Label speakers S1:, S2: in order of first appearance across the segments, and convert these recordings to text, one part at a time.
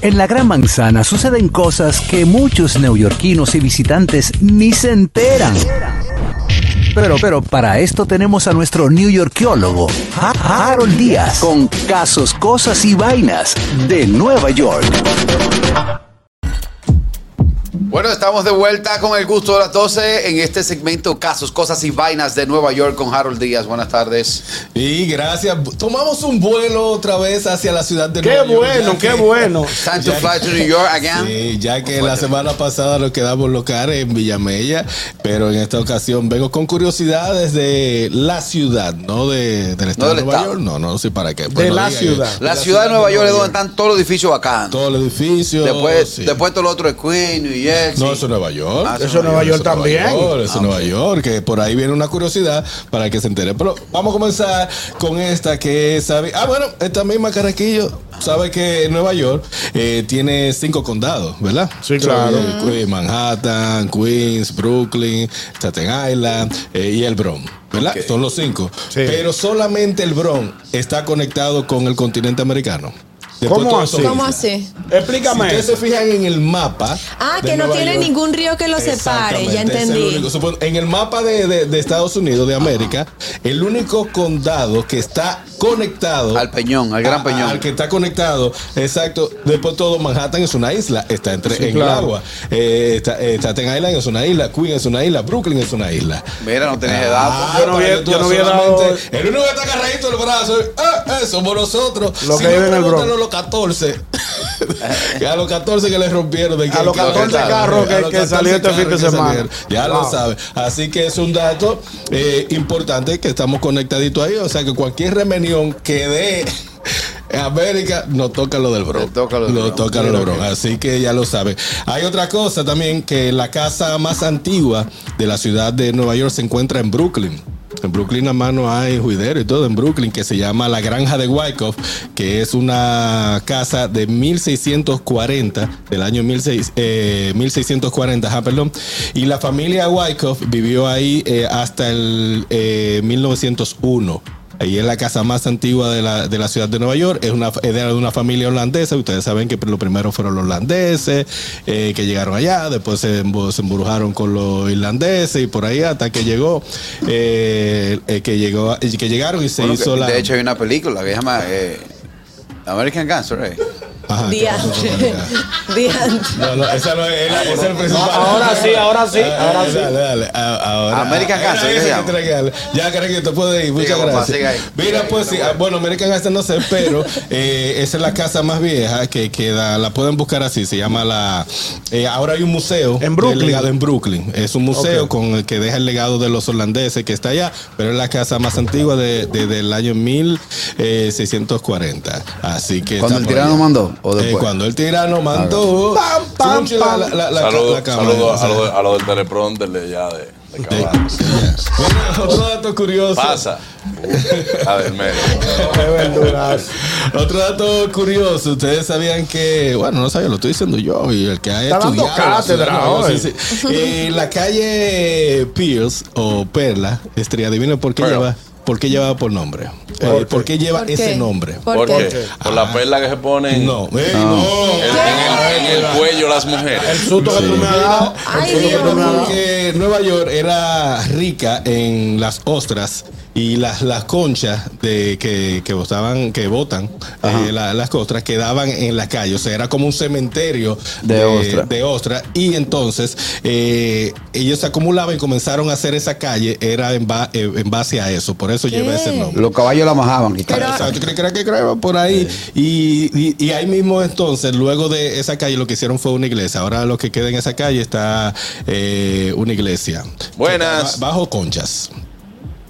S1: En la Gran Manzana suceden cosas que muchos neoyorquinos y visitantes ni se enteran. Pero, pero, para esto tenemos a nuestro newyorkiólogo, Ha- Harold Díaz, con casos, cosas y vainas de Nueva York.
S2: Bueno, estamos de vuelta con el gusto de las 12 en este segmento Casos, Cosas y Vainas de Nueva York con Harold Díaz. Buenas tardes.
S3: Y gracias. Tomamos un vuelo otra vez hacia la ciudad de
S4: Qué
S3: Nueva York,
S4: bueno,
S3: ya
S4: qué
S3: que-
S4: bueno.
S2: Time to fly to New York again.
S3: Sí, ya que la semana pasada nos quedamos locales en Villamella, pero en esta ocasión vengo con curiosidades de la ciudad, no de, del estado
S2: del
S3: de Nueva
S2: estado.
S3: York. No, no sé para qué.
S4: De
S3: no
S4: la
S3: diga
S4: ciudad.
S3: que-
S2: La ciudad de Nueva York es donde están todos los edificios bacanos.
S3: Todo el edificio.
S2: Después,
S3: sí.
S2: después todo lo otro es Queen, New Jersey.
S3: No, eso es Nueva York.
S2: Ah,
S4: Eso es Nueva York también.
S3: Nueva York, eso es Nueva York, que por ahí viene una curiosidad para que se entere. Pero vamos a comenzar con esta que sabe. Ah, bueno, esta misma Carraquillo sabe que Nueva York eh, tiene cinco condados, ¿verdad?
S4: Sí, claro.
S3: Eh, Que- Manhattan, Queens, Brooklyn, Staten Island eh, y el Bronx. ¿Verdad? Son los cinco.
S4: Sí.
S3: Pero solamente el Bronx está conectado con el continente americano. Después
S4: ¿Cómo
S3: todo eso
S4: así?
S3: es
S5: ¿Cómo
S3: isla.
S5: así?
S4: Explícame
S3: Si
S4: eso.
S3: ustedes se fijan en el mapa.
S5: Ah,
S3: de
S5: que no
S3: Nueva
S5: tiene
S3: York,
S5: ningún río que lo separe,
S3: Exactamente, es
S5: ya
S3: el
S5: entendí.
S3: único. Supo- En el mapa de, de- de Estados Unidos, de América, el único condado que está conectado
S2: Al Peñón, al Gran
S3: a-
S2: Peñón.
S3: Ah, al que está conectado, exacto. Después todo Manhattan es una isla, está entre, en
S4: claro.
S3: el agua. Eh, está, eh, Staten Island es una isla, Queen es una isla, Brooklyn es una isla.
S2: Mira, no tenés edad.
S3: Ah,
S4: Yo no
S3: para
S4: había-
S3: que tú
S4: yo no
S3: veas
S4: había
S3: solamente- El único que está agarradito del brazo, eh, eh, somos nosotros.
S4: Lo que
S3: no,
S4: vive en el
S3: pregúntale
S4: Bronx.
S3: a los 14. que a los 14 que les rompieron. de que-
S4: A los
S3: que lo
S4: 14
S3: retaron,
S4: carros que-
S3: a los
S4: que salió este
S3: 14
S4: fin de
S3: carros que
S4: semana.
S3: salieron. Ya
S4: Wow.
S3: lo saben. Así que es un dato eh, importante que estamos conectaditos ahí. O sea que cualquier remenión que dé. América no toca lo del Bronx.
S2: Le toca lo del
S3: Lo
S2: Bronx.
S3: toca lo del Bronx. Así que ya lo sabe. Hay otra cosa también que la casa más antigua de la ciudad de Nueva York se encuentra en Brooklyn. En Brooklyn a mano hay juidero y todo en Brooklyn que se llama la Granja de Wyckoff, que es una casa de 1640, del año 16, eh, 1640, ajá, perdón. Y la familia Wyckoff vivió ahí eh, hasta el eh, 1901. Ahí es la casa más antigua de la, de la ciudad de Nueva York. Es una, es de una familia holandesa. Ustedes saben que lo primero fueron los holandeses eh, que llegaron allá. Después se, embu- se embrujaron con los irlandeses y por ahí hasta que llegó, eh, eh, que llegó, eh, que llegaron y se
S2: Bueno, que-
S3: hizo la.
S2: De hecho, hay una película que se llama eh, American Gangster. eh.
S3: Ajá, ¿qué pasó con
S5: Diantre.
S3: acá?
S5: Diantre.
S3: No, no, esa no es, esa es el principal.
S4: ahora sí, ahora sí,
S3: Ah,
S4: ahora sí.
S3: Dale, dale. ah, Ahora,
S2: American
S3: Ahora
S2: Gangster,
S3: ese
S2: ¿qué se
S3: que
S2: llama?
S3: tiene que darle. Ya, Craig, te puedes ir. Muchas
S2: Siga, compa, siga ahí.
S3: gracias. Mira, pues sí. ah, Bueno, American Gangster no sé, pero eh, esa es la casa más vieja que queda. La pueden buscar así. Se llama la. eh, ahora hay un museo.
S4: En Brooklyn.
S3: del legado en Brooklyn. Es un museo con el que deja el legado de los holandeses que está allá, pero es la casa más antigua de, de- del año 1640. Así que.
S2: ¿Cuando
S3: está
S2: el
S3: por
S2: tirano
S3: allá.
S2: mandó o después?
S3: Eh, cuando el tirano mandó. ¡Pam, pam, pam! La, la, la,
S6: Ah, Saludos
S3: la cámara,
S6: saludo
S3: o
S6: a,
S3: sea.
S6: los- a los del teleprompter de ya de, de
S3: Sí,
S6: Cabana.
S3: sí, ya. Bueno, otro dato curioso.
S6: Pasa. A ver, medio.
S4: Qué verduras.
S3: Otro dato curioso. Ustedes sabían que, bueno, no sabía, lo estoy diciendo yo y el que ha
S4: Está dando
S3: estudiado. la ciudad
S4: cátedra
S3: de Nueva York,
S4: hoy.
S3: sí, sí. Eh, la calle Pierce o Perla, este, adivinen por qué
S6: Pearl.
S3: lleva, por qué lleva por nombre. Eh, ¿Por,
S4: qué?
S3: qué lleva
S5: ¿Por
S3: ese
S5: qué?
S3: nombre?
S5: ¿Por qué?
S6: Porque por la perla que se pone en,
S3: No, eh, no.
S6: en- en el, en el cuello las
S4: El
S6: mujeres.
S4: susto que tú me has dado.
S5: Ay,
S4: el susto
S5: Dios.
S4: que tú me has dado.
S3: Porque Nueva York era rica en las ostras y las, las conchas de que, que botaban, que botan eh, la- las ostras quedaban en la calle. O sea, era como un cementerio
S2: De ostra.
S3: de ostras. Y entonces eh, ellos se acumulaban y comenzaron a hacer esa calle. Era en, ba- eh, en base a eso. Por eso lleva ese nombre.
S2: Los caballos la majaban. y
S5: Pero-
S2: tal.
S3: Exacto, creo- creo que creo por ahí. Y, y- y ahí mismo entonces, luego de esa calle, lo que hicieron fue una iglesia. Ahora lo que queda en esa calle está eh, una iglesia.
S6: Buenas.
S3: Ba- Bajo conchas.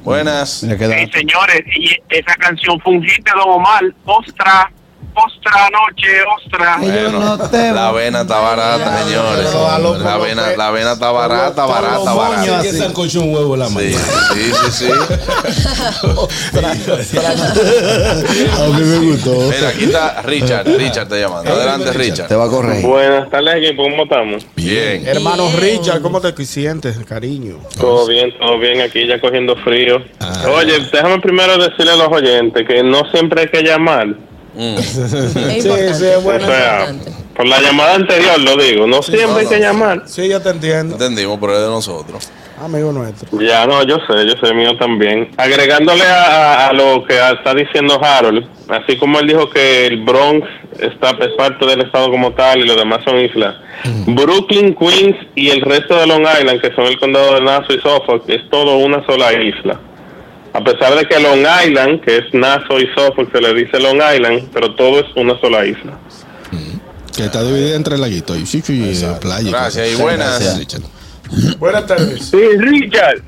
S6: Buenas.
S2: Mira qué
S7: Sí,
S2: dato.
S7: señores, y esa canción fue un hit de Don Omar, Ostra, Ostra Noche, Ostra.
S6: Bueno, la avena está barata, señores.
S4: no, a lo-
S6: La avena, la avena está
S4: a
S6: barata,
S4: lo
S6: barata,
S4: moño,
S6: barata.
S3: Así que sancocho un huevo en la
S6: Sí,
S3: mañana.
S6: sí, sí, sí.
S3: A mí me gustó.
S6: Mira, aquí está Richard. Richard te llamando. Adelante,
S2: Te
S6: Richard.
S2: va a corregir.
S8: Buenas tardes, equipo. ¿Cómo estamos?
S6: Bien.
S4: Hermano Richard, ¿cómo te sientes, cariño?
S8: Todo bien, todo bien. Aquí ya cogiendo frío.
S3: Ah.
S8: Oye, déjame primero decirle a los oyentes que no siempre hay que llamar
S5: Es
S4: Sí,
S5: importante.
S4: sí, es
S8: O
S4: bueno.
S8: sea,
S5: importante.
S8: por la llamada anterior lo digo, no siempre hay que llamar.
S4: Sí, yo te entiendo.
S6: Entendimos, pero es de nosotros.
S4: Amigo nuestro.
S8: Ya, no, yo sé, yo sé mío también. Agregándole a, a- a lo que está diciendo Harold, así como él dijo que el Bronx está, es parte del estado como tal y los demás son islas, Mm. Brooklyn, Queens y el resto de Long Island, que son el condado de Nassau y Suffolk, es todo una sola isla. A pesar de que Long Island, que es Nassau y Suffolk, se le dice Long Island, pero todo es una sola isla.
S3: Que está dividida entre el laguito y chicho y la playa.
S6: Gracias y
S3: cosas.
S6: buenas.
S3: Gracias, Richard.
S4: Buenas tardes.
S7: Sí, Richard.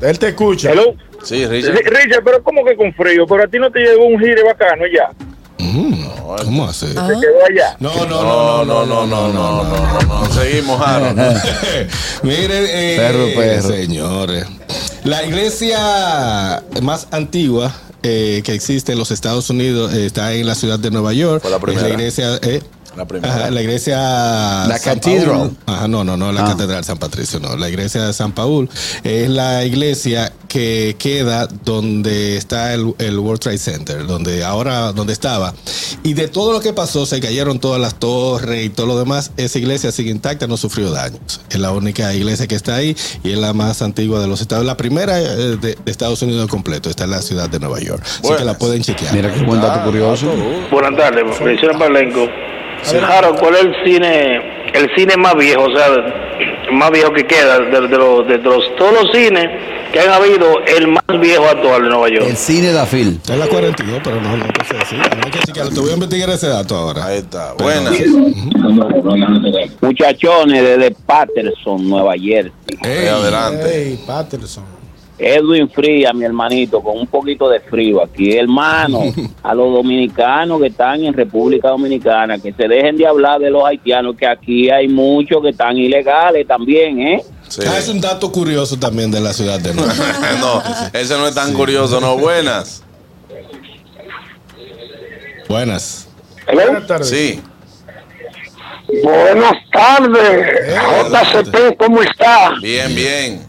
S4: Él te escucha.
S7: Hello.
S6: Sí, Richard.
S7: Ri- Richard, pero ¿cómo que con frío? Pero a ti no te llegó un gire bacano ya.
S3: Mm, ¿Cómo hace?
S5: Ah.
S7: Te quedó allá.
S3: No, no,
S6: No, no, no, no, no, no, no, no. Seguimos, Harold.
S3: Miren, eh,
S9: Perro, perro.
S3: señores. La iglesia más antigua eh, que existe en los Estados Unidos eh, está en la ciudad de Nueva York.
S6: Fue la
S3: Es
S6: primera.
S3: la iglesia. eh,
S6: La
S3: ajá,
S6: primera.
S3: la iglesia.
S9: La
S3: San
S9: catedral.
S3: Paul. Ajá, no, no, no,
S6: Ah.
S3: la catedral San Patricio, no. La iglesia de San Paul es la iglesia que queda donde está el, el World Trade Center, donde ahora, donde estaba. Y de todo lo que pasó, se cayeron todas las torres y todo lo demás. Esa iglesia sigue intacta, no sufrió daños. Es la única iglesia que está ahí y es la más antigua de los Estados. La primera eh, de, de Estados Unidos completo. Está en la ciudad de Nueva York. Así que la
S6: Buenas.
S3: pueden chequear.
S9: Mira qué buen dato curioso.
S7: Buenas tardes, Feliciano Palenco. Harold, ¿cuál es el cine, el cine más viejo, o sea, más viejo que queda de, de los, de los- todos los cines que han habido, el más viejo actual de Nueva York?
S9: El cine da Phil.
S3: Está en la 42, pero no, no te sé decir. Hay que chequearlo. Te voy a investigar ese dato ahora.
S6: Ahí está. Buenas.
S10: Muchachones desde Patterson, Nueva Jersey.
S6: Ahí adelante.
S4: Hey, Patterson.
S10: Edwin Fría, mi hermanito, con un poquito de frío aquí. Hermano, a los dominicanos que están en República Dominicana, que se dejen de hablar de los haitianos, que aquí hay muchos que están ilegales también, ¿eh?
S6: Sí.
S3: Ah, es un dato curioso también de la ciudad de Nueva York.
S6: no, ese no es tan curioso, no. Buenas.
S3: Buenas.
S4: Buenas tardes.
S6: Sí.
S7: Buenas tardes,
S3: JCP,
S7: ¿cómo está?
S6: Bien, bien.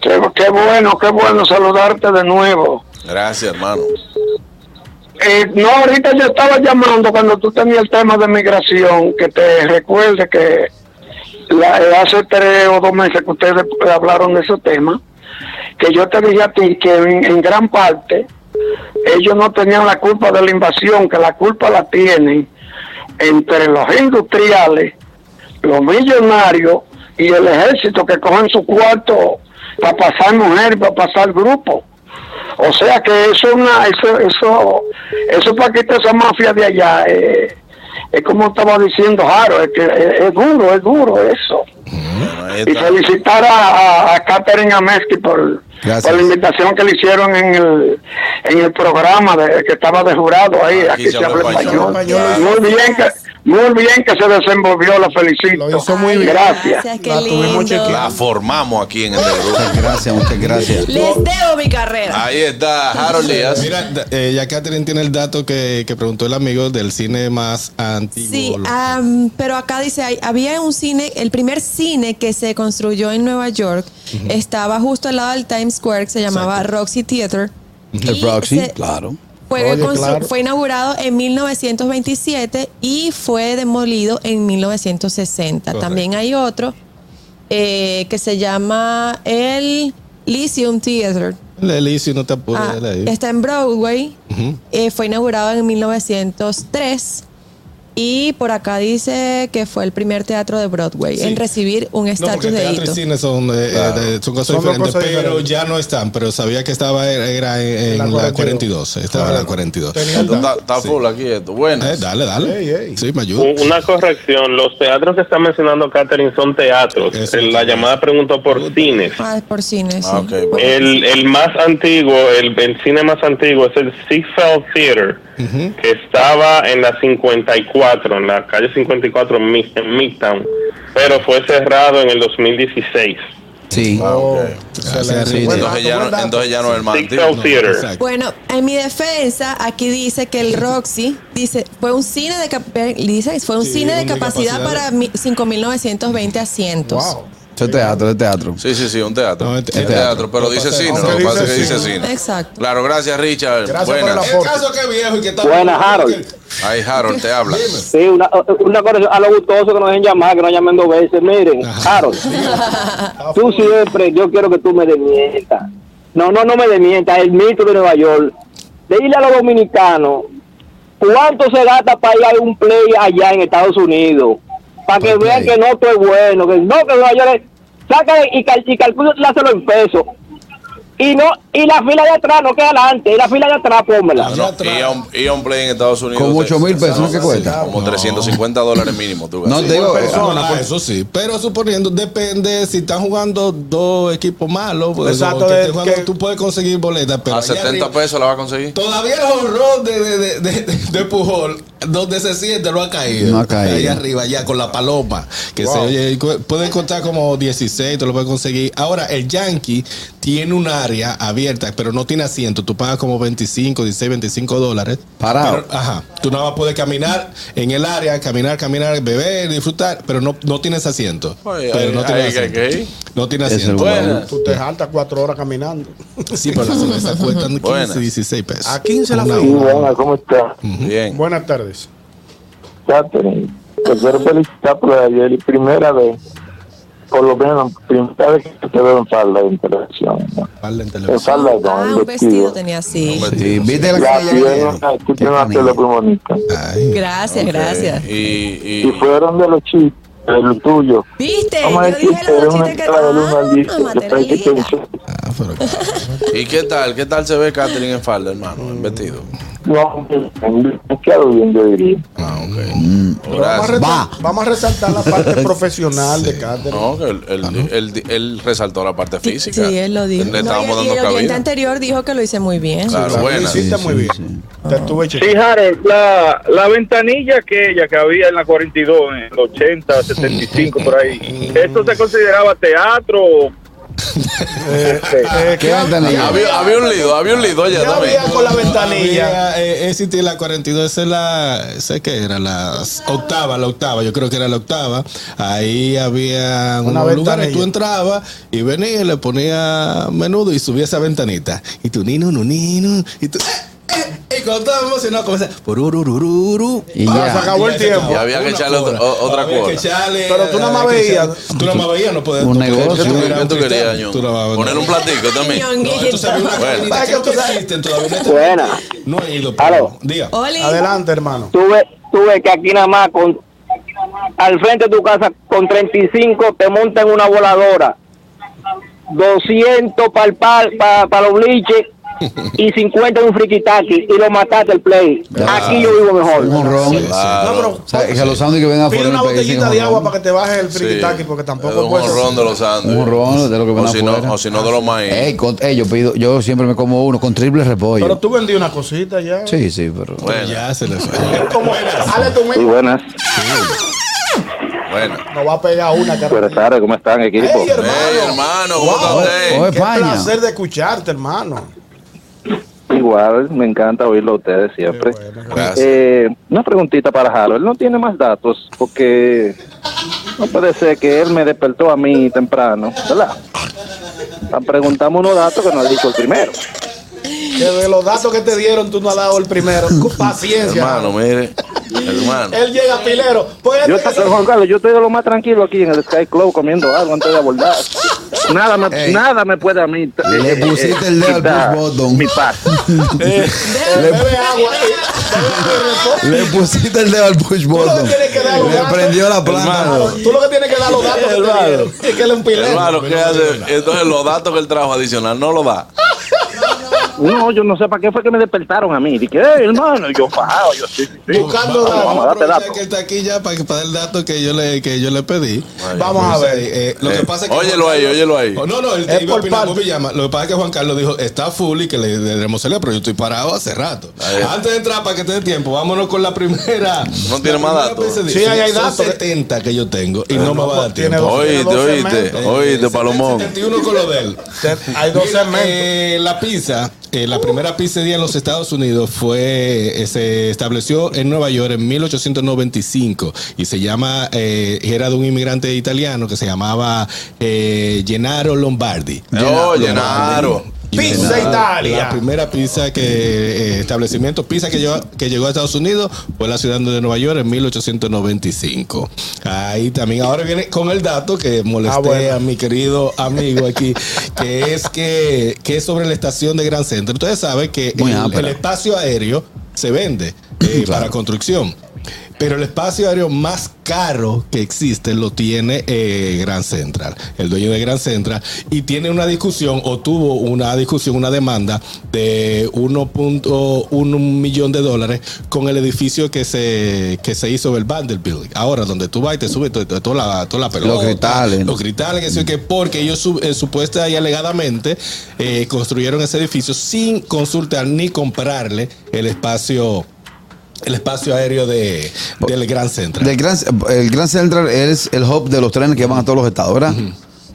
S7: Qué, qué bueno, qué bueno saludarte de nuevo.
S6: Gracias, hermano.
S7: Eh, no, ahorita yo estaba llamando cuando tú tenías el tema de migración, que te recuerde que la- eh, hace tres o dos meses que ustedes hablaron de ese tema, que yo te dije a ti que en, en gran parte ellos no tenían la culpa de la invasión, que la culpa la tienen entre los industriales, los millonarios y el ejército que cogen su cuarto para pasar mujer, para pasar grupo. O sea que eso es una, eso, eso, eso para quitar esa mafia de allá, eh, es como estaba diciendo Jaro, es que es, es duro, es duro eso.
S6: Bueno, ahí
S7: Y
S6: está.
S7: felicitar a, a, a Catherine Amesti por,
S9: Gracias.
S7: por la invitación que le hicieron en el, en el programa de, que estaba de jurado ahí, aquí, se habla español.
S6: Claro.
S7: Muy bien que, muy bien que se desenvolvió, la felicito.
S4: Lo hizo muy bien.
S7: Gracias.
S5: Gracias, qué
S4: La tuvimos
S5: lindo.
S6: La formamos aquí en este grupo.
S9: Gracias, muchas gracias.
S5: Les debo mi carrera.
S6: Ahí está Harold Díaz.
S3: Mira, da- eh, ya Catherine tiene el dato que, que preguntó el amigo del cine más antiguo.
S5: Sí, ah.
S3: Lo-
S5: am, pero acá dice, hay- había un cine, el primer cine que se construyó en Nueva York estaba justo al lado del Times Square, que se llamaba Roxy Theater.
S9: El
S5: Y
S9: Proxy,
S5: se-
S9: claro.
S5: Fue,
S4: Oye,
S5: constru-
S4: claro.
S5: Pues fue inaugurado en 1927 y fue demolido en 1960.
S3: Correcto.
S5: También hay otro eh, que se llama el Lyceum Theater.
S3: El Elicio no te apures.
S5: Ah,
S3: dale ahí.
S5: está en Broadway.
S3: Ujú.
S5: Eh, fue inaugurado en 1903. Y por acá dice que fue el primer teatro de Broadway
S3: Sí.
S5: en recibir un
S3: No, porque
S5: estatus de
S3: teatro y
S5: hito.
S3: cine son, eh, eh, son cosas
S4: Son dos
S3: diferentes,
S4: cosas
S3: pero
S4: diferentes.
S3: ya no están. Pero sabía que estaba era, era en, en la 42. Estaba en la 42.
S4: Tenía el
S6: Está,
S4: dato.
S6: está full aquí esto.
S3: Eh,
S6: Buenas.
S3: dale, dale.
S4: Ey, ey.
S3: Sí, me ayuda.
S8: U- Una corrección, los teatros que está mencionando Catherine son teatros.
S3: Eso.
S8: La llamada preguntó por cines.
S5: Ah, por cine, sí.
S6: Ah, ok, bueno.
S8: El, el más antiguo, el, el cine más antiguo es el Ziegfeld Theater, que estaba en la 54, en la calle 54 en Mi- en Midtown, pero fue cerrado en el 2016.
S9: Sí.
S6: Ah, ok.
S3: Gracias,
S9: Sí,
S3: Richard.
S6: Entonces ya, no, entonces ya no es el más
S8: Ziegfeld
S6: antiguo.
S8: Theater.
S3: Exacto.
S5: Bueno, en mi defensa, aquí dice que el Roxy dice fue un cine de cap- dice, fue un
S3: Sí,
S5: cine de
S3: una
S5: capacidad
S3: capacidad
S5: para mi- 5.920 asientos.
S4: Wow.
S9: Eso es teatro, es teatro.
S6: Sí, sí, sí, un teatro. un teatro.
S9: teatro.
S6: pero dice cine. Lo que pasa es que dice cine.
S5: Exacto.
S6: Claro, gracias, Richard.
S4: Gracias por
S6: Buenas.
S4: el aporte.
S3: Caso que viejo y que está
S10: Buenas, Harold.
S6: Ahí, Harold, te habla.
S10: Sí, una, una cosa a lo gustoso que nos dejen llamar, que no llamen dos veces. Miren, Harold,
S3: Ah,
S10: tú siempre, yo quiero que tú me desmientas. No, no, no me desmientas, el mito de Nueva York. Dile a los dominicanos cuánto se gasta para ir a un play allá en Estados Unidos. Para que
S3: Ok.
S10: vean que no, tú es bueno, que no, que Nueva York es- Saca y, cal, y calcúlaselo en pesos. Y no y la fila de atrás, no queda adelante, y la fila de atrás, pónmela.
S6: No, y, a un, y a un play en Estados Unidos.
S9: Con
S6: te-
S9: 8 mil pesos, ¿qué cuesta?
S6: Como 350 dólares mínimo. Tú,
S9: No,
S6: Sí.
S9: te digo,
S3: Ah, eso sí, pero suponiendo, depende si están jugando dos equipos malos. pues,
S4: Exacto,
S3: o que
S4: de-
S3: estén jugando,
S4: que-
S3: tú puedes conseguir boletas, pero
S6: A
S3: allá
S6: 70
S3: arriba-
S6: pesos la va a conseguir.
S3: Todavía el horror de, de, de, de, de Pujol, donde se siente, no ha caído.
S9: No ha caído.
S3: Ahí arriba, ya con la paloma, que se
S4: Wow.
S3: oye. y cu- Puede costar como 16, te lo puedes conseguir. Ahora, el Yankee tiene un área abierta, pero no tiene asiento. Tú pagas como 25, 16, 25 dólares.
S9: Parado.
S3: Pero, ajá. Tú no vas a poder caminar en el área, caminar, caminar, beber, disfrutar, pero no, no tienes asiento.
S6: Ay,
S3: pero
S6: ay,
S3: no tienes
S6: ay, que-
S3: asiento.
S6: que-
S3: No tienes
S9: Es el
S3: asiento.
S9: bueno.
S4: Tú te jaltas cuatro horas caminando.
S3: Sí, pero las cervezas cuestan 15,
S6: Buenas.
S3: 16 pesos.
S4: ¿A 15 la
S3: Una
S7: Sí,
S4: fui?
S7: buenas, ¿cómo está?
S6: Bien.
S4: Buenas tardes.
S7: Catherine, te quiero felicitar por lo de ayer y primera vez, por lo menos, primera vez que te veo en falda de interacción. ¿no?
S3: Vale, en televisión.
S7: En falda no,
S5: Ah,
S7: en
S5: un vestido
S7: vestido.
S5: tenía así.
S9: Sí, ¿Viste la
S7: La
S9: cara que le
S7: pierna,
S9: dieron?
S7: tú
S9: Qué
S7: tienes una
S9: canilla.
S7: tela muy bonita.
S3: Ay.
S5: Gracias, gracias.
S6: Y, y,
S7: Y fueron de los chistes, de los tuyos.
S5: ¿Viste?
S7: Vamos a
S5: Eh, Yo
S7: decir
S5: dije
S7: que
S5: los
S7: eres una
S5: chistes que
S7: escala del 1 al 10.
S5: Ah, mamá,
S7: que
S5: te
S7: sabes que te
S5: linda.
S7: enseño.
S3: Ah, pero-
S6: ¿Y qué tal? ¿Qué tal se ve Catherine en falda, hermano? En vestido.
S7: No, me quedo bien, yo diría.
S6: Ah, ok.
S4: Pero vamos, a
S6: Gracias.
S4: resaltar, vamos a resaltar la parte profesional de Catherine.
S6: No, que él, él, él- él resaltó la parte física.
S5: Sí, él lo dijo.
S6: Le
S5: No, y- y,
S6: estábamos
S5: el
S6: dando
S5: oyente
S6: cabida.
S5: anterior dijo que lo hice muy bien.
S6: Claro,
S4: Claro,
S6: buenas.
S4: lo hiciste muy bien. Te estuve
S11: Sí,
S4: chequeando.
S11: Harold, la, la ventanilla aquella que había en la 42, en el 80, 75, por ahí, ¿eso se consideraba teatro?
S4: Eh, eh,
S9: ¿Qué ventanilla?
S6: Había, había un lido, había un lido allá
S4: ¿Qué
S6: también.
S4: había con la ventanilla?
S3: Había, eh, existía la 42, esa es la, sé que era la octava, la octava, yo creo que era la octava. Ahí había
S4: Una
S3: unos lugares,
S4: ventanilla.
S3: tú entrabas y venías y le ponía menudo y subía esa ventanita. Y tú, nino, no, nino, y tú, eh, eh, y cuando estábamos emocionados, comenzaba, purururururu,
S9: Y
S3: pa,
S9: ya.
S3: se acabó el tiempo.
S6: Y había que
S3: Una
S6: echarle
S3: cuota.
S6: o- otra
S3: Había que
S6: cuota.
S3: echarle,
S4: Pero tú nada más
S3: había que
S4: veías.
S3: echarle- Tú nada más veías, no podías.
S9: Un
S3: no
S9: negocio.
S3: podías
S6: ¿Qué tú,
S3: echarle
S6: qué tú
S3: un cristal,
S6: querías, Ñon?
S3: tú nada más-
S6: Poner un platico también.
S5: Ñonguito.
S3: Tú sabes una
S6: Bueno.
S3: cadenita que no existen todavía, no existen.
S10: Buena.
S3: No he ido.
S10: Aló.
S3: pero- Diga.
S5: Oli.
S4: Adelante, hermano.
S10: tuve tuve que aquí nada más con al frente de tu casa con 35 te montan una voladora 200 para para los bliches y 50 en un friquitaki y lo mataste el play
S9: Ya.
S10: aquí yo vivo
S9: Un
S10: mejor
S9: honrón.
S6: Claro.
S9: O sea, es que a los sándwiches Ah, que ven afuera
S4: Pide una
S9: le peguen sin
S4: botellita de agua
S9: honrón.
S4: para que te baje el
S6: Sí.
S4: friki porque
S6: Eh,
S4: tampoco
S6: un
S4: puedes.
S6: honrón de los
S9: Un
S6: sándwiches.
S9: honrón de lo que ven
S6: o si no,
S9: afuera.
S6: o si no de los maíz.
S9: Ey, con- ey, yo pido, yo siempre me como uno con triple
S4: Pero
S9: repollo.
S4: tú vendí una cosita ya.
S9: Sí, sí, pero.
S6: bueno,
S3: Ya se le fue.
S4: Es como, sale tu
S11: Sí,
S4: mente.
S11: buenas.
S6: bueno.
S4: Nos va a pegar una, cara.
S11: Buenas tardes, ¿cómo están, equipo?
S4: Ey, hermano.
S6: Ey, hermano, ¿cómo está
S4: Wow.
S6: usted?
S9: Oye,
S4: Qué
S9: España.
S4: placer de escucharte, hermano.
S11: Igual, me encanta oírlo a ustedes siempre.
S4: Qué bueno.
S6: Gracias.
S11: Eh, una preguntita para Harold. Él no tiene más datos porque no puede ser que él me despertó a mí temprano, ¿verdad? Tan preguntamos unos datos que nos dijo el primero.
S4: Que de los datos que te dieron, tú no has dado el primero. Con paciencia.
S6: hermano, mire. hermano.
S4: Él llega pilero. Pues
S11: Yo,
S4: este que se-
S11: Juan Carlos, yo estoy de lo más tranquilo aquí en el Sky Club comiendo algo antes de abordar. Nada me,
S9: Ey.
S11: nada me puede a mí. eh,
S9: Le pusiste el dedo al
S11: quitar
S9: push button.
S11: Mi paz.
S4: Eh, bebe agua. eh,
S9: Le pusiste el dedo al push
S4: Tú lo
S9: button.
S4: que tienes que dar los
S9: Le
S4: datos.
S9: prendió la
S4: Claro,
S9: planta.
S4: Tú lo que tienes que dar los datos que te dieron. Es que él es un pilero.
S6: Hermano, ¿qué hace? Entonces los datos que él trajo adicional no lo da.
S11: No, yo no sé para qué fue que me despertaron a mí. Dije, "Ey, hermano, y yo fajado, yo sí, sí, sí.
S4: Buscando
S11: Vamos,
S4: datos.
S11: Vamos a darte
S3: Aprovechar
S11: datos.
S3: que él está aquí ya para, que- para el dato que yo le, que yo le pedí.
S4: Vamos a ver.
S3: Eh, lo que
S6: Eh,
S3: pasa es que
S6: óyelo ahí, óyelo ahí.
S3: Oh, No, no, él
S4: Es
S3: iba a
S4: por
S3: opinar
S4: parte.
S3: por pijama. Lo que pasa es que Juan Carlos dijo, está full y que le debemos celebrar, pero yo estoy parado hace rato. Antes de entrar, para que te dé tiempo, vámoánnos con la primera. la
S6: No tiene más
S3: primera
S6: datos.
S3: pesadilla.
S4: Sí, ahí hay
S3: Son
S4: datos.
S3: 70 que yo tengo y no me va a dar
S4: tiene
S3: tiempo. Eh,
S4: dos-
S6: Oíste,
S4: dos
S6: oíste,
S4: segmentos.
S6: oíste, Palomón.
S3: 71 con lo de él.
S4: Hay dos
S3: Mira,
S4: segmentos.
S3: eh, la pizza eh, la primera pizzería en los Estados Unidos fue, eh, se estableció en Nueva York en 1895 y se llama, eh, era de un inmigrante italiano que se llamaba eh, Gennaro Lombardi.
S6: Oh, Gennaro.
S4: Pizza Italia.
S3: La primera pizza que eh, establecimiento pizza que, llegó- que llegó a Estados Unidos fue la ciudad de Nueva York en 1895. Ahí también ahora viene con el dato que molesté
S4: Ah, bueno.
S3: a mi querido amigo aquí, que es que, que es sobre la estación de Gran Centro. Ustedes saben que
S9: Muy
S3: el,
S9: ápera.
S3: el espacio aéreo se vende eh, para construcción. Pero el espacio aéreo más caro que existe lo tiene eh, Gran Central, el dueño de Gran Central, y tiene una discusión o tuvo una discusión, una demanda de 1.1 millón de dólares con el edificio que se, que se hizo del Vanderbilt. Ahora, donde tú vas y te sube to- to- toda la, toda la pelota.
S9: cristales.
S3: Los cristales, que sé yo qué, porque ellos su- eh, supuesta y alegadamente eh, construyeron ese edificio sin consultar ni comprarle el espacio el espacio aéreo de, del Gran Central.
S9: Del Gran- el Grand Central es el hub de los trenes que van a todos los estados, ¿verdad?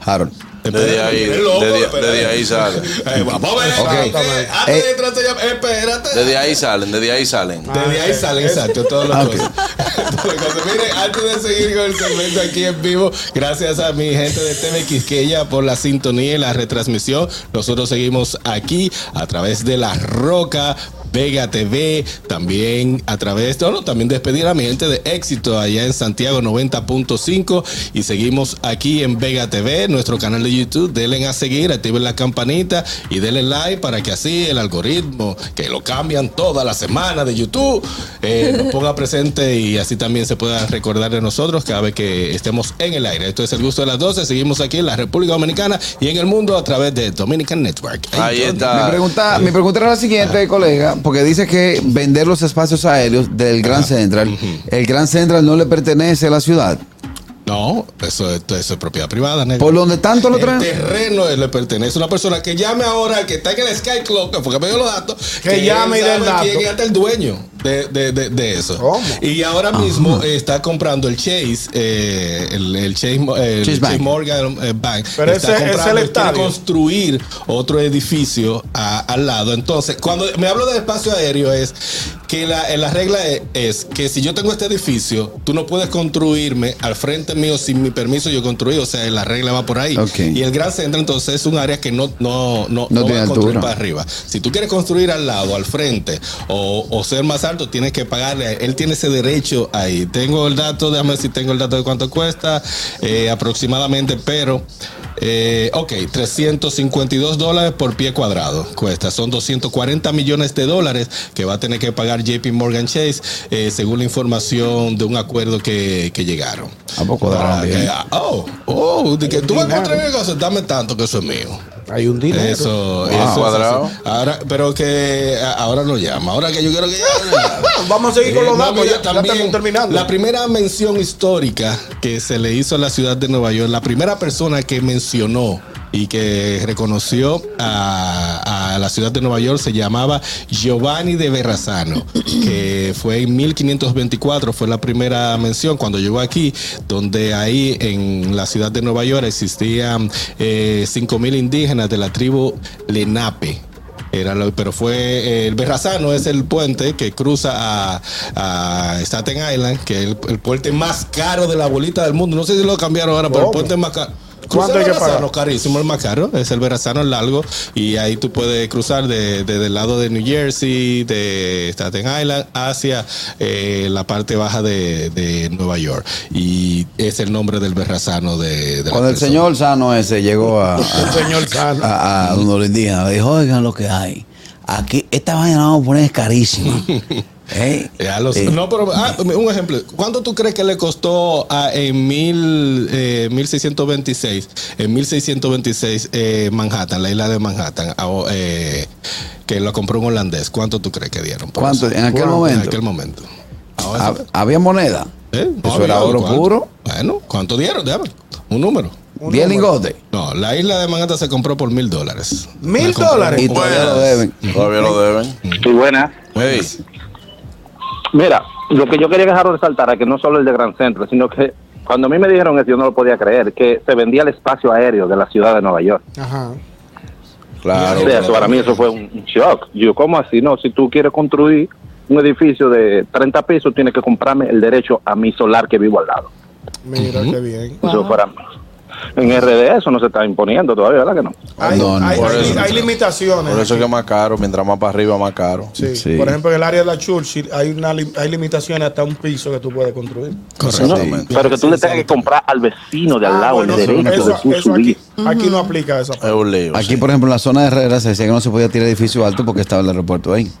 S9: Harold.
S6: Desde ahí, desde, desde ahí salen.
S3: Eh, vamos a ver.
S9: Ok.
S3: eh, antes de entrar, te llamo- espérate.
S6: Desde ahí salen, desde ahí salen.
S3: Desde ahí
S9: Ah,
S3: salen, exacto, todas las cosas. Todas las cosas. Mire, antes de seguir con el segmento aquí en vivo, gracias a mi gente de TV Quisqueya por la sintonía y la retransmisión. Nosotros seguimos aquí a través de La Roca. Vega TV, también a través de, bueno, también despedir a mi gente de éxito allá en Santiago 90.5 y seguimos aquí en Vega TV, nuestro canal de YouTube, denle a seguir, activen la campanita y denle like para que así el algoritmo, que lo cambian toda la semana de YouTube, eh, nos ponga presente y así también se pueda recordar de nosotros cada vez que estemos en el aire. Esto es El Gusto de las 12, seguimos aquí en la República Dominicana y en el mundo a través de Dominican Network.
S6: Ahí
S9: Mi
S6: está. Ah.
S9: pregunta, mi pregunta era la siguiente, colega, porque dice que vender los espacios aéreos del Gran Central, el Gran Central no le pertenece a la ciudad.
S3: No, eso, esto- eso es propiedad privada, negro.
S9: Por donde tanto lo
S3: El
S9: traen.
S3: terreno le pertenece a una persona que llame ahora al que está en el Sky Club, que porque me dio los datos,
S4: Que llame
S3: él
S4: y dé el
S3: sabe
S4: dato.
S3: quién es hasta el dueño de, de- de- de eso. Y ahora mismo eh, está comprando el Chase, eh, el, el Chase, Mo- el
S9: Chase
S3: Chase
S9: Bank.
S3: Morgan eh, Bank.
S4: Pero
S3: Está
S4: ese- ese es el
S3: comprando, quiere
S4: estadio.
S3: construir otro edificio a- al lado. Entonces, cuando me hablo del espacio aéreo es que la, eh, la regla e- es, que si yo tengo este edificio, tú no puedes construirme al frente mío sin mi permiso yo construí. O sea, la regla va por ahí.
S9: Ok.
S3: Y el Gran Centro entonces es un área que no, no, no,
S9: No
S3: no
S9: tiene
S3: va a construir
S9: altura.
S3: para arriba. Si tú quieres construir al lado, al frente o, o ser más alto, tienes que pagarle. Él tiene ese derecho ahí. Tengo el dato, déjame ver si tengo el dato de cuánto cuesta eh, aproximadamente, pero. eh, ok, 352 dólares por pie cuadrado cuesta. Son 240 millones de dólares que va a tener que pagar JP Morgan Chase eh, según la información de un acuerdo que, que llegaron.
S9: ¿A poco
S3: Para
S9: darán
S3: que-
S9: bien?
S3: ah, oh, oh, de que tú vas a encontrar el gozo, dame tanto que eso es mío.
S4: Hay un dinero.
S3: Eso,
S6: Wow.
S3: eso, eso,
S6: Cuadrado.
S3: eso. Ahora, pero que a- ahora no llama. Ahora que yo quiero que llame.
S4: Ah, Vamos a seguir con
S3: Eh,
S4: los
S3: no,
S4: datos.
S3: mira,
S4: ya, ya
S3: también,
S4: estamos terminando.
S3: La primera mención histórica que se le hizo a la ciudad de Nueva York, la primera persona que mencionó y que reconoció a, a la ciudad de Nueva York se llamaba Giovanni de Verrazano, que fue en 1524, fue la primera mención cuando llegó aquí, donde ahí en la ciudad de Nueva York existían eh, 5.000 indígenas de la tribu Lenape. Era lo- pero fue eh, el Berrazano, es el puente que cruza a, a Staten Island, que es el, el puente más caro de la bolita del mundo. No sé si lo cambiaron ahora, pero el
S4: ¿Cómo?
S3: puente más caro.
S4: ¿Cuánto
S3: Cruzar
S4: hay
S3: el
S4: que
S3: Verrazano,
S4: pagar?
S3: carísimo el más caro, es el Verrazano largo y ahí tú puedes cruzar desde del lado de New Jersey, de Staten Island hacia eh, la parte baja de, de Nueva York y es el nombre del Verrazano de, de la
S9: Cuando el
S3: persona.
S9: señor sano ese llegó a, a-
S4: Señor Sano.
S9: a, a donde los indígenas, le dijo, oigan lo que hay. Aquí, esta vaina la vamos a poner es carísima. ¿Eh?
S3: Ya lo sé.
S9: Eh,
S3: No, pero ah, un ejemplo. ¿Cuánto tú crees que le costó a- en mil, eh, 1626? En 1626, eh, Manhattan, la isla de Manhattan, a- o, eh, que lo compró un holandés. ¿Cuánto tú crees que dieron? por
S9: ¿Cuánto?
S3: eso?
S9: En aquel
S3: ¿Cuánto?
S9: momento.
S3: En aquel momento. Ahora,
S9: ha- había moneda.
S3: ¿eh? No
S9: eso era
S3: había,
S9: oro
S3: ¿cuánto?
S9: puro.
S3: Bueno, ¿cuánto dieron? Déjame. Un número.
S9: 10 lingotes.
S3: No, la isla de Manhattan se compró por mil dólares.
S4: ¿Mil
S3: La compró-
S4: dólares?
S9: Y todavía lo deben.
S6: Todavía lo deben.
S11: Y buena.
S6: Hey,
S11: Mira, lo que yo quería dejar resaltar es que no solo el de Gran Centro, sino que cuando a mí me dijeron eso, yo no lo podía creer, que se vendía el espacio aéreo de la ciudad de Nueva York.
S4: Ajá.
S7: Claro. para mí eso fue un shock. Yo, ¿cómo así? No, si tú quieres construir un edificio de 30 pisos, tienes que comprarme el derecho a mi solar que vivo al lado.
S4: Mira qué bien.
S7: Eso para mí. En RD eso no se está imponiendo todavía, ¿verdad que no?
S4: Hay,
S6: no, no.
S4: hay-
S6: Por
S4: hay-
S6: eso-
S4: hay limitaciones.
S6: Por eso es que es más caro, mientras más para arriba, más caro.
S4: Sí. Por ejemplo, en el área de la Churchill hay, una, lim- hay limitaciones hasta un piso que tú puedes construir.
S7: No, pero que tú le tengas que comprar al vecino de al
S4: Ah,
S7: lado
S4: bueno,
S7: el derecho
S4: eso-
S7: de tú
S4: eso
S7: subir.
S4: Aquí no aplica eso.
S9: Aquí, por ejemplo, en la zona de Herrera se decía que no se podía tirar edificio alto porque estaba el aeropuerto ahí.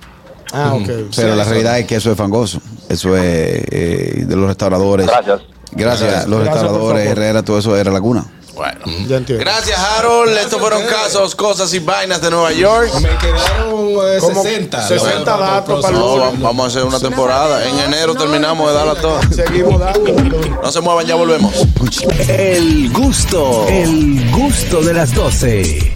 S4: Ah, ok.
S9: Pero
S4: Sí,
S9: la
S4: eso-
S9: realidad es que eso es fangoso. Eso es eh, de los restauradores.
S7: Gracias.
S9: Gracias,
S12: Gracias.
S9: los
S12: Gracias, por
S9: restauradores,
S12: favor.
S9: Herrera, todo eso era la cuna.
S12: Bueno.
S4: Ya entiendo.
S6: Gracias, Harold. Estos fueron casos, cosas y vainas de Nueva York.
S3: Me quedaron eh, 60.
S6: 60 datos para Vamos a hacer una temporada. En enero terminamos de dar a todos.
S4: Seguimos
S6: No se muevan, ya volvemos.
S1: El gusto, el gusto de las 12.